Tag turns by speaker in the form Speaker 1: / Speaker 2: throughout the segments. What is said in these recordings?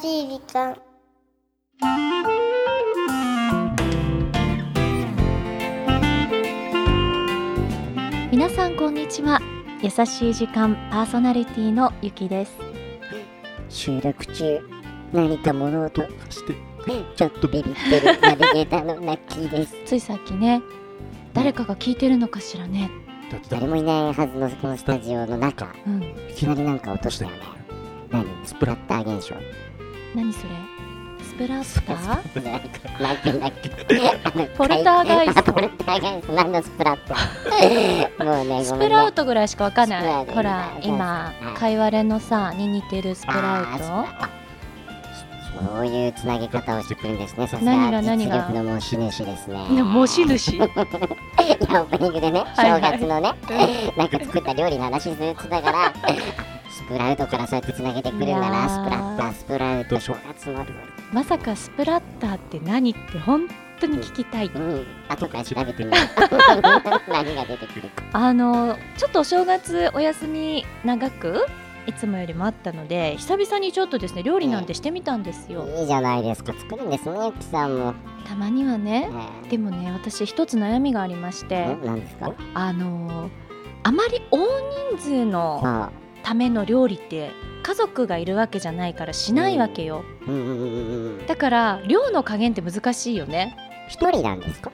Speaker 1: しい時間
Speaker 2: 皆さんこんにちは優しい時間パーソナリティのゆきです
Speaker 1: 収録中何か物音
Speaker 3: して
Speaker 1: ちょっとビビってるナビゲーターのナッキー です
Speaker 2: ついさっきね誰かが聞いてるのかしらね
Speaker 3: だって
Speaker 1: 誰
Speaker 3: だ
Speaker 1: もいないはずのこのスタジオの中
Speaker 2: うん
Speaker 1: いきなりなんか音したよね何スプラッター現象
Speaker 2: 何それスプラッター
Speaker 1: なんかなんかなんかあの
Speaker 2: ポルターガイスト
Speaker 1: あポルターガイスト何のスプラッター もうねごめんね
Speaker 2: スプラウトぐらいしかわかん
Speaker 1: スプラ
Speaker 2: な
Speaker 1: ウ
Speaker 2: い
Speaker 1: ト
Speaker 2: ほら今かいわれのさに似てるスプ
Speaker 1: あースプ
Speaker 2: ラウ
Speaker 1: ラウトそういうつなげ方をしてくるんですねさす
Speaker 2: 何
Speaker 1: が
Speaker 2: が何
Speaker 1: 実
Speaker 2: が
Speaker 1: 力の持ち主ですね
Speaker 2: トもし主
Speaker 1: いやオープニングでね、
Speaker 2: はいはい
Speaker 1: 正月のね、なんか作った料理の話ずっとだから、スプラウトからそうやってつなげてくるんだ
Speaker 2: いや
Speaker 1: な、
Speaker 2: ー
Speaker 1: スプラッター、スプラウト、正月の料
Speaker 2: まさかスプラッターって何って本当に聞きたい
Speaker 1: 理。うん、後から調べ てみよう。何が出てくるか。
Speaker 2: あのちょっとお正月お休み長くいつもよりもあったので久々にちょっとですね料理なんてしてみたんですよ
Speaker 1: いいじゃないですか、作るんですね、ゆきさんも。
Speaker 2: たまにはね
Speaker 1: ね
Speaker 2: でもね私一つ悩みがありまして
Speaker 1: ん何ですか
Speaker 2: あのあまり大人数の
Speaker 1: ああ
Speaker 2: ための料理って家族がいるわけじゃないからしないわけよ
Speaker 1: うんうんうんうんうん。
Speaker 2: だから量の加減って難しいよね
Speaker 1: 一人なんですか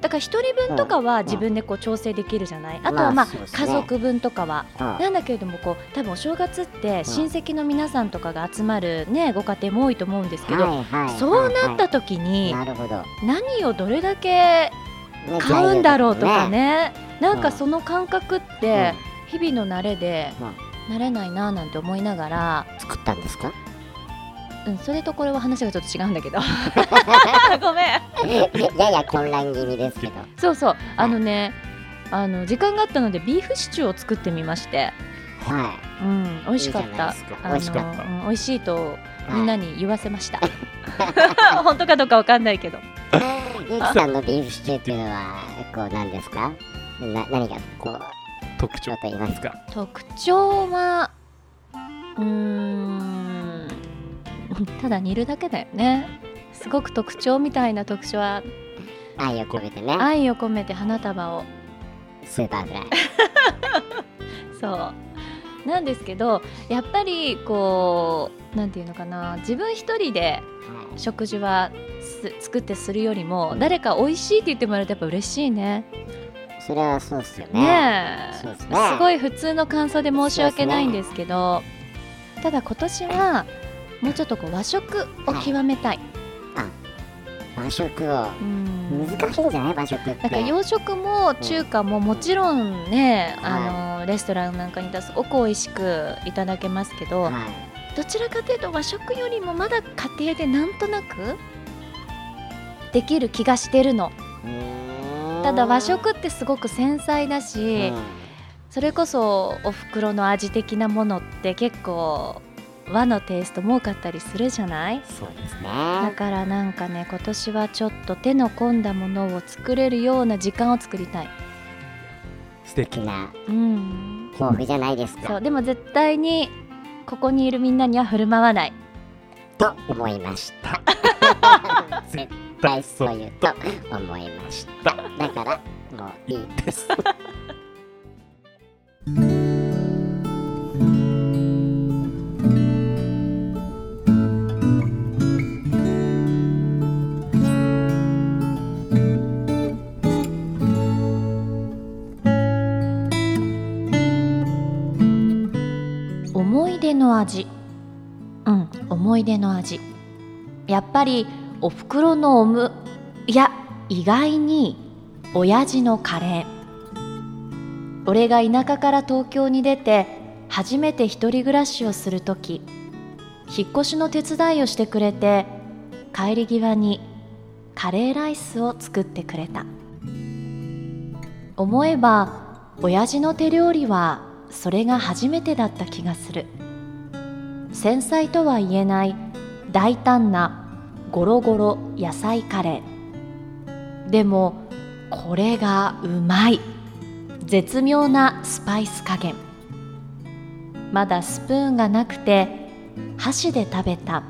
Speaker 2: だから1人分とかは自分でこう調整できるじゃないあとは
Speaker 1: ま
Speaker 2: ま
Speaker 1: あ
Speaker 2: あ
Speaker 1: そうですね
Speaker 2: 家族分とかは
Speaker 1: ああ
Speaker 2: なんだけれどもこう多分お正月って親戚の皆さんとかが集まる、ね、ご家庭も多いと思うんですけど、
Speaker 1: はいはいはいはい
Speaker 2: そうなった時に
Speaker 1: なるほど。
Speaker 2: 何をどれだけ
Speaker 1: ね
Speaker 2: 買うんだろうとか。ねなん
Speaker 1: う
Speaker 2: か
Speaker 1: ん
Speaker 2: その感覚っ
Speaker 1: 材料
Speaker 2: て
Speaker 1: ね
Speaker 2: 日々の慣れで
Speaker 1: うん
Speaker 2: 慣れないなぁなんて思いながら、
Speaker 1: うん作ったんですか
Speaker 2: うん、それとこれは話がちょっと違うんだけ どごめん
Speaker 1: やや混乱気味ですけど。
Speaker 2: そうそうあのねあの時間があったのでビーフシチューを作ってみまして、
Speaker 1: はい。
Speaker 2: うん、美味しかっ
Speaker 1: いいじゃ
Speaker 2: た
Speaker 1: ないですか美味しか
Speaker 2: あの
Speaker 1: った
Speaker 2: うん美味しいと
Speaker 1: はい
Speaker 2: みんなに言わせ ました。 本当かどうかわかんないけど。
Speaker 1: ゆきさんのビーフシチューっていうのは、こう、なんですかな何が、こう、
Speaker 3: 特徴
Speaker 1: ちょっと言いますか。
Speaker 2: 特徴は、うーん、 ただ煮るだけだよね。すごく特徴みたいな特徴は、
Speaker 1: 愛を込めてね、
Speaker 2: 愛を込めて花束を。
Speaker 1: スーパーフライ。
Speaker 2: そう。なんですけど、やっぱりこう、なんていうのかな、自分一人で食事はす作ってするよりも、誰か美味しいって言ってもらえるとやっぱ嬉しいね。
Speaker 1: それはそうっすよね。
Speaker 2: ねえ。
Speaker 1: そうですね。
Speaker 2: すごい普通の感想で申し訳ないんですけどただ今年はもうちょっとこう和食を極めたい、
Speaker 1: 和食を、
Speaker 2: うん
Speaker 1: 難しいんじゃない和食って。
Speaker 2: なんか洋食も中華ももちろんね、あのレストランなんかに出すごく美味しくいただけますけど、
Speaker 1: はい
Speaker 2: どちらかというと和食よりもまだ家庭でなんとなくできる気がしてるの
Speaker 1: うーん
Speaker 2: ただ和食ってすごく繊細だし、
Speaker 1: うん
Speaker 2: それこそお袋の味的なものって結構和のテイストも多かったりするじゃない
Speaker 1: そうです
Speaker 2: だ
Speaker 1: ね。
Speaker 2: からなんかね今年はちょっと手の込んだものを作れるような時間を作りたい
Speaker 3: 素敵
Speaker 1: 好きな
Speaker 2: うん
Speaker 1: 抱負じゃないです
Speaker 2: そう
Speaker 1: か。
Speaker 2: でも絶対にここにいるみんなには振る舞わない
Speaker 1: と思いました。 絶対そう言うと思いました。だから、もういいです。
Speaker 2: 思い出の味うん思い出の味やっぱりおふくろのおむいや意外に親父のカレー俺が田舎から東京に出て初めて一人暮らしをする時引っ越しの手伝いをしてくれて帰り際にカレーライスを作ってくれた思えば親父の手料理はそれが初めてだった気がする繊細とは言えない大胆なゴロゴロ野菜カレーでもこれがうまい絶妙なスパイス加減まだスプーンがなくて箸で食べた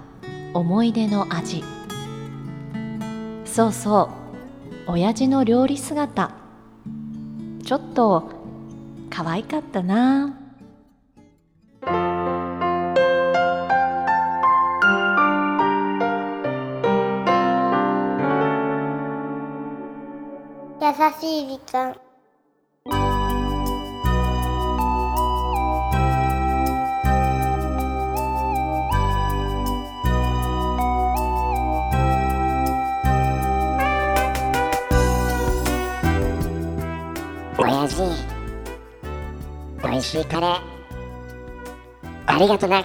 Speaker 2: 思い出の味そうそう親父の料理姿ちょっと可愛かったな
Speaker 4: 優しい時間
Speaker 1: 親父美味しいカレーありがとな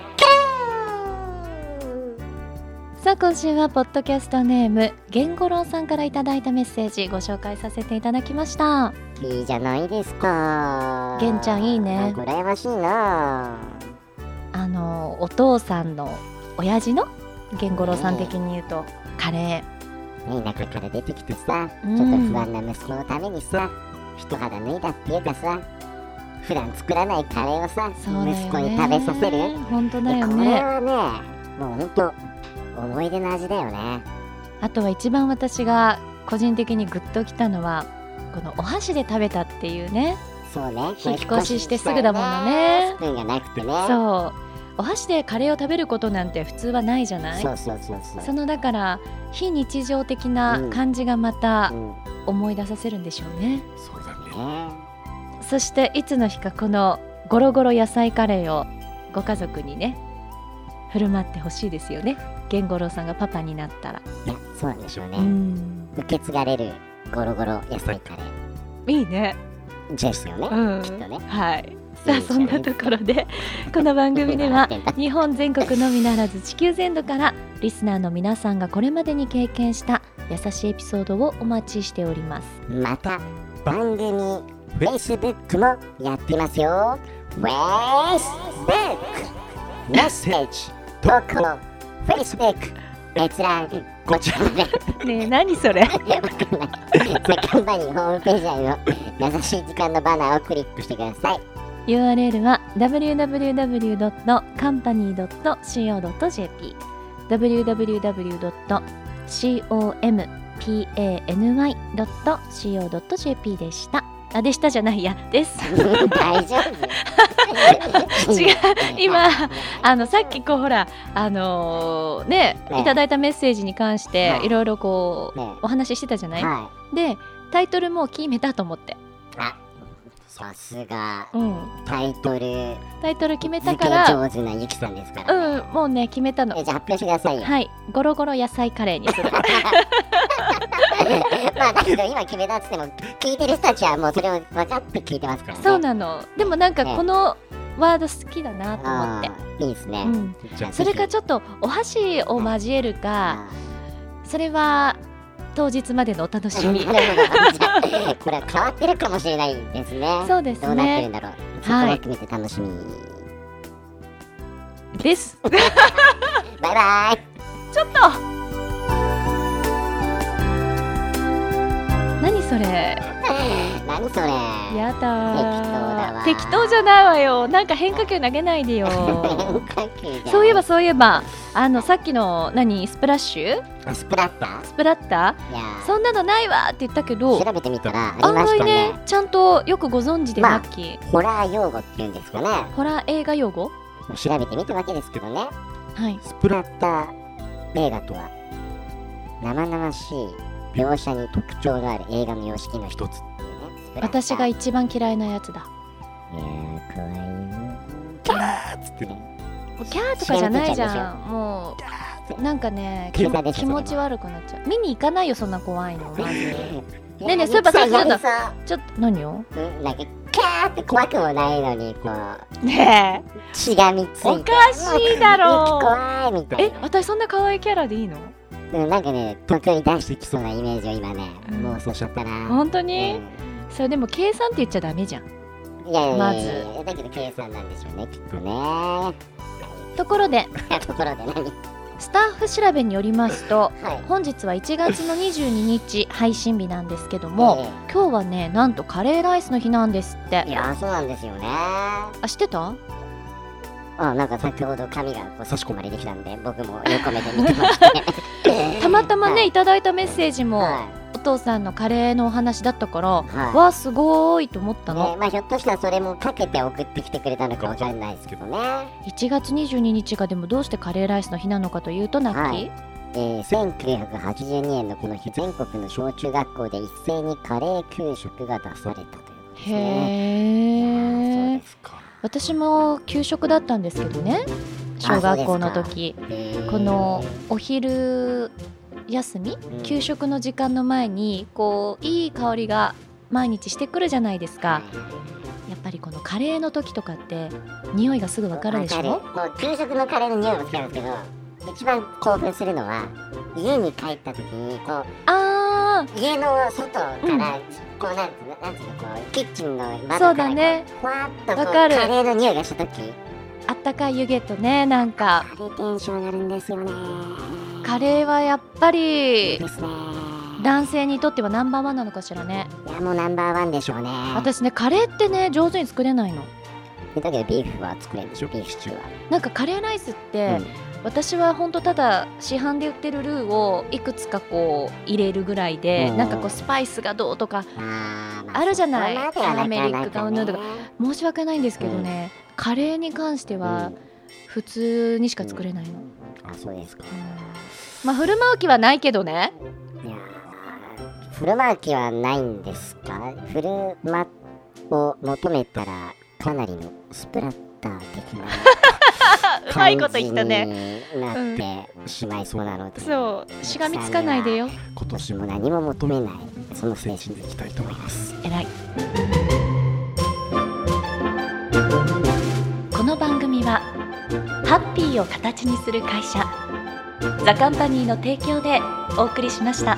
Speaker 2: さあ今週はポッドキャストネームゲンゴロウさんからいただいたメッセージご紹介させていただきました
Speaker 1: いいじゃないですか
Speaker 2: 玄ちゃんいいね
Speaker 1: 羨ましいな
Speaker 2: あのお父さんの親父のゲンゴロウさん的に言うとカレ
Speaker 1: ね田舎から出てきてさち
Speaker 2: う
Speaker 1: ょ
Speaker 2: ん
Speaker 1: っと不安な息子のためにさ一肌脱いだっていうかさ普段作らないカレーをさ
Speaker 2: ーそうだよね
Speaker 1: 息子に食べさせる
Speaker 2: 本当だよ
Speaker 1: これ
Speaker 2: ね
Speaker 1: はねもうほんと思い出の味だよね
Speaker 2: あとは一番私が個人的にグッときたのはこのお箸で食べたっていうね
Speaker 1: そうね
Speaker 2: 引っ越ししてすぐだものね
Speaker 1: スプーンがなくてね
Speaker 2: そうお箸でカレーを食べることなんて普通はないじゃない
Speaker 1: そうそうそうそう
Speaker 2: そのだから非日常的な感じがまた
Speaker 1: うん
Speaker 2: 思い出させるんでしょうね、
Speaker 3: そうだね
Speaker 1: ね
Speaker 2: そしていつの日かこのゴロゴロ野菜カレーをご家族にね振る舞ってほしいですよね源五郎さんがパパになったら、
Speaker 1: いやそうなんでしょうね、
Speaker 2: うん
Speaker 1: 受け継がれるゴロゴロ野菜カレ
Speaker 2: いいね
Speaker 1: ーですよね、
Speaker 2: うん
Speaker 1: きっとね
Speaker 2: はい
Speaker 1: いい
Speaker 2: さあ
Speaker 1: です
Speaker 2: そ
Speaker 1: よ
Speaker 2: ん
Speaker 1: ね
Speaker 2: なところ でこの番組では
Speaker 1: う
Speaker 2: 日本全国のみならず地球全土からリスナーの皆さんがこれまでに経験した優しいエピソードをお待ちしております
Speaker 1: んまた番組 Facebook もやってますよ Facebook メッセージ投稿 Facebook 閲覧ごちゃべ
Speaker 2: ねえ何それ
Speaker 1: わかんないその間にホームページ内の優しい時間のバナーをクリックしてください
Speaker 2: URL は www.company.co.jp www.company.co.jp でしたあでしたじゃないやです
Speaker 1: 大丈夫
Speaker 2: 違う今あのさっきこうほらあのーね
Speaker 1: ね
Speaker 2: いただいたメッセージに関して
Speaker 1: ね
Speaker 2: いろいろこう
Speaker 1: ね
Speaker 2: お話ししてたじゃない、
Speaker 1: は
Speaker 2: でタイトルもう決めたと思って、
Speaker 1: いあさすが
Speaker 2: うん、
Speaker 1: タイトル
Speaker 2: タイトル決めた
Speaker 1: 付
Speaker 2: か
Speaker 1: け
Speaker 2: ら
Speaker 1: 上手なゆきさんですから、
Speaker 2: うんもうね決めたの
Speaker 1: えじゃあ発表してくだ さいよ、
Speaker 2: はいゴロゴロ野菜カレーにする
Speaker 1: まあだけど今決めたっつっても聞いてる人たちはもうそれを分かって聞いてますからね
Speaker 2: そう
Speaker 1: の
Speaker 2: なのでもなんか
Speaker 1: ね
Speaker 2: このワード好きだなと思って、
Speaker 1: いいですね、
Speaker 2: うん、
Speaker 3: じゃあ
Speaker 2: それかちょっとお箸を交えるか
Speaker 1: あ
Speaker 2: それは当日までのお楽し
Speaker 1: ー
Speaker 2: み
Speaker 1: なるほどじゃあ これは変わってるかもしれないですね
Speaker 2: そうで
Speaker 1: ど
Speaker 2: す
Speaker 1: うなってる
Speaker 2: ね
Speaker 1: んだろうそこ
Speaker 2: はい
Speaker 1: も含めて楽しみ、
Speaker 2: です
Speaker 1: バイ バイ
Speaker 2: 何それ
Speaker 1: 何それ
Speaker 2: やだー
Speaker 1: 適当だわ
Speaker 2: 適当じゃないわよなんか変化球投げないでよ
Speaker 1: 変化球じゃん
Speaker 2: そういえばそういえばあのさっきの何スプラッシュ
Speaker 1: あスプラッター
Speaker 2: スプラッタ
Speaker 1: いや
Speaker 2: ーそんなのないわって言ったけど
Speaker 1: 調べてみたらあり
Speaker 2: 案
Speaker 1: まし
Speaker 2: 外
Speaker 1: たね
Speaker 2: ねちゃんとよくご存知で
Speaker 1: ま
Speaker 2: ラ
Speaker 1: あ
Speaker 2: ッキー、
Speaker 1: ホラー用語っていうんですかね
Speaker 2: ホラー映画用語
Speaker 1: 調べてみたわけですけどね
Speaker 2: はい
Speaker 1: スプラッター映画とは生々しい描写に特徴のある映画の様式の一
Speaker 3: 一つ
Speaker 1: つっていうねスプラッター
Speaker 2: 私が一番嫌いなやつだ
Speaker 1: いやー怖いよ
Speaker 3: つってね
Speaker 2: キャーとかじゃないじゃんもうなんかね
Speaker 1: ピザでしょ
Speaker 2: 気持ち悪くなっちゃう見に行かないよそんな怖いのまず
Speaker 1: ね
Speaker 2: ねえねえそういえばさ
Speaker 1: やりそ
Speaker 2: ちょっと何を
Speaker 1: ううんなんかキャーって怖くもないのにこう
Speaker 2: ねえ
Speaker 1: しがみついて
Speaker 2: おかしいだろう
Speaker 1: うわ怖いみたい
Speaker 2: え
Speaker 1: な
Speaker 2: 私そんな可愛いキャラでいいの
Speaker 1: うんなんかね東京に出してきそうなイメージを今ね
Speaker 2: うん
Speaker 1: 妄想しちゃったな
Speaker 2: 本当
Speaker 1: うん
Speaker 2: に、それでも計算って言っちゃダメじゃん
Speaker 1: いやいやいや
Speaker 2: ま
Speaker 1: いや
Speaker 2: ず
Speaker 1: だけど計算なんでしょうねきっとね
Speaker 2: ところで
Speaker 1: ところで何
Speaker 2: スタッフ調べによりますと
Speaker 1: はい
Speaker 2: 本日は1月の22日配信日なんですけども、今日はねなんとカレーライスの日なんですって
Speaker 1: ええいやそうなんですよね
Speaker 2: あ知ってた
Speaker 1: あなんか先ほど髪がこう差
Speaker 3: 差
Speaker 1: し
Speaker 3: し
Speaker 1: 込
Speaker 3: 込
Speaker 1: ま
Speaker 3: ま
Speaker 1: れてきたんで僕も横目で見てまして
Speaker 2: たまたまねいただいたメッセージも、
Speaker 1: は
Speaker 2: お父さんのカレーのお話だったから、
Speaker 1: い、はい
Speaker 2: わあすごーいと思った
Speaker 1: ね
Speaker 2: の、
Speaker 1: まあ、ひょっとしたらそれもかけて送ってきてくれたのかもしれないですけどね、
Speaker 2: 1月22日がでもどうしてカレーライスの日なのかというとナッキー、
Speaker 1: えー1982年のこの日全国の小中学校で一斉にカレー給食が出されたということですね。そう
Speaker 2: へえ
Speaker 1: ですか
Speaker 2: 私も給食だったんですけどね小学校の
Speaker 1: そうですか
Speaker 2: 時
Speaker 1: えー
Speaker 2: このお昼休み
Speaker 1: うん
Speaker 2: 給食の時間の前にこういい香りが毎日してくるじゃないですかやっぱりこのカレーの時とかって匂いがすぐわかるでし
Speaker 1: わ
Speaker 2: ょ
Speaker 1: かるもう給食のカレーの匂いも好きなんですけど一番興奮するのは家に帰った時にこ
Speaker 2: あ
Speaker 1: う家の外から、
Speaker 2: うん
Speaker 1: こうなんていうのなんていうのこうキッチンの窓から
Speaker 2: ーそうだね
Speaker 1: ふわっとこう
Speaker 2: わ
Speaker 1: カ
Speaker 2: か
Speaker 1: レ
Speaker 2: る
Speaker 1: ーの匂いがした時
Speaker 2: あったかい湯気とねなんか
Speaker 1: あれテンション上がるんですよね
Speaker 2: カレーはやっ
Speaker 1: い
Speaker 2: ぱ
Speaker 1: い
Speaker 2: り
Speaker 1: ですね
Speaker 2: 男性にとってはナンバーワンなのかしらね
Speaker 1: いやもうナンバーワンでしょうね
Speaker 2: 私ねカレーってね上手に作れないの
Speaker 1: だけどビーフは作れるでしょビ
Speaker 3: ビ
Speaker 1: ー
Speaker 3: ー
Speaker 1: フ
Speaker 3: フ
Speaker 1: シチ
Speaker 3: シチ
Speaker 1: ュ
Speaker 3: ュ
Speaker 1: ーは、
Speaker 2: なんかカレーライスって、私はほんとただ市販で売ってるルーをいくつかこう入れるぐらいで、
Speaker 1: うん
Speaker 2: なんかこうスパイスがどうとか
Speaker 1: あーま
Speaker 2: あるじゃない
Speaker 1: そこまではか
Speaker 2: キャラメリックがうんぬんとか申し訳ないんですけどね、カレーに関しては普通にしか作れないの、うん
Speaker 1: あそうですか
Speaker 2: まあ振る舞う気はないけどね
Speaker 1: いやー振る舞う気はないんですか振る舞を求めたらかなりのスプラッター的な
Speaker 2: あうまいこと
Speaker 1: 感
Speaker 2: 言
Speaker 1: じ
Speaker 2: ったね
Speaker 1: になってしまいそうなの で、
Speaker 2: そうしがみつかないでよ
Speaker 1: 今年も何も求めないその精神でいきたいと思います
Speaker 2: 偉いこの番組はハッピーを形にする会社ザカンパニーの提供でお送りしました。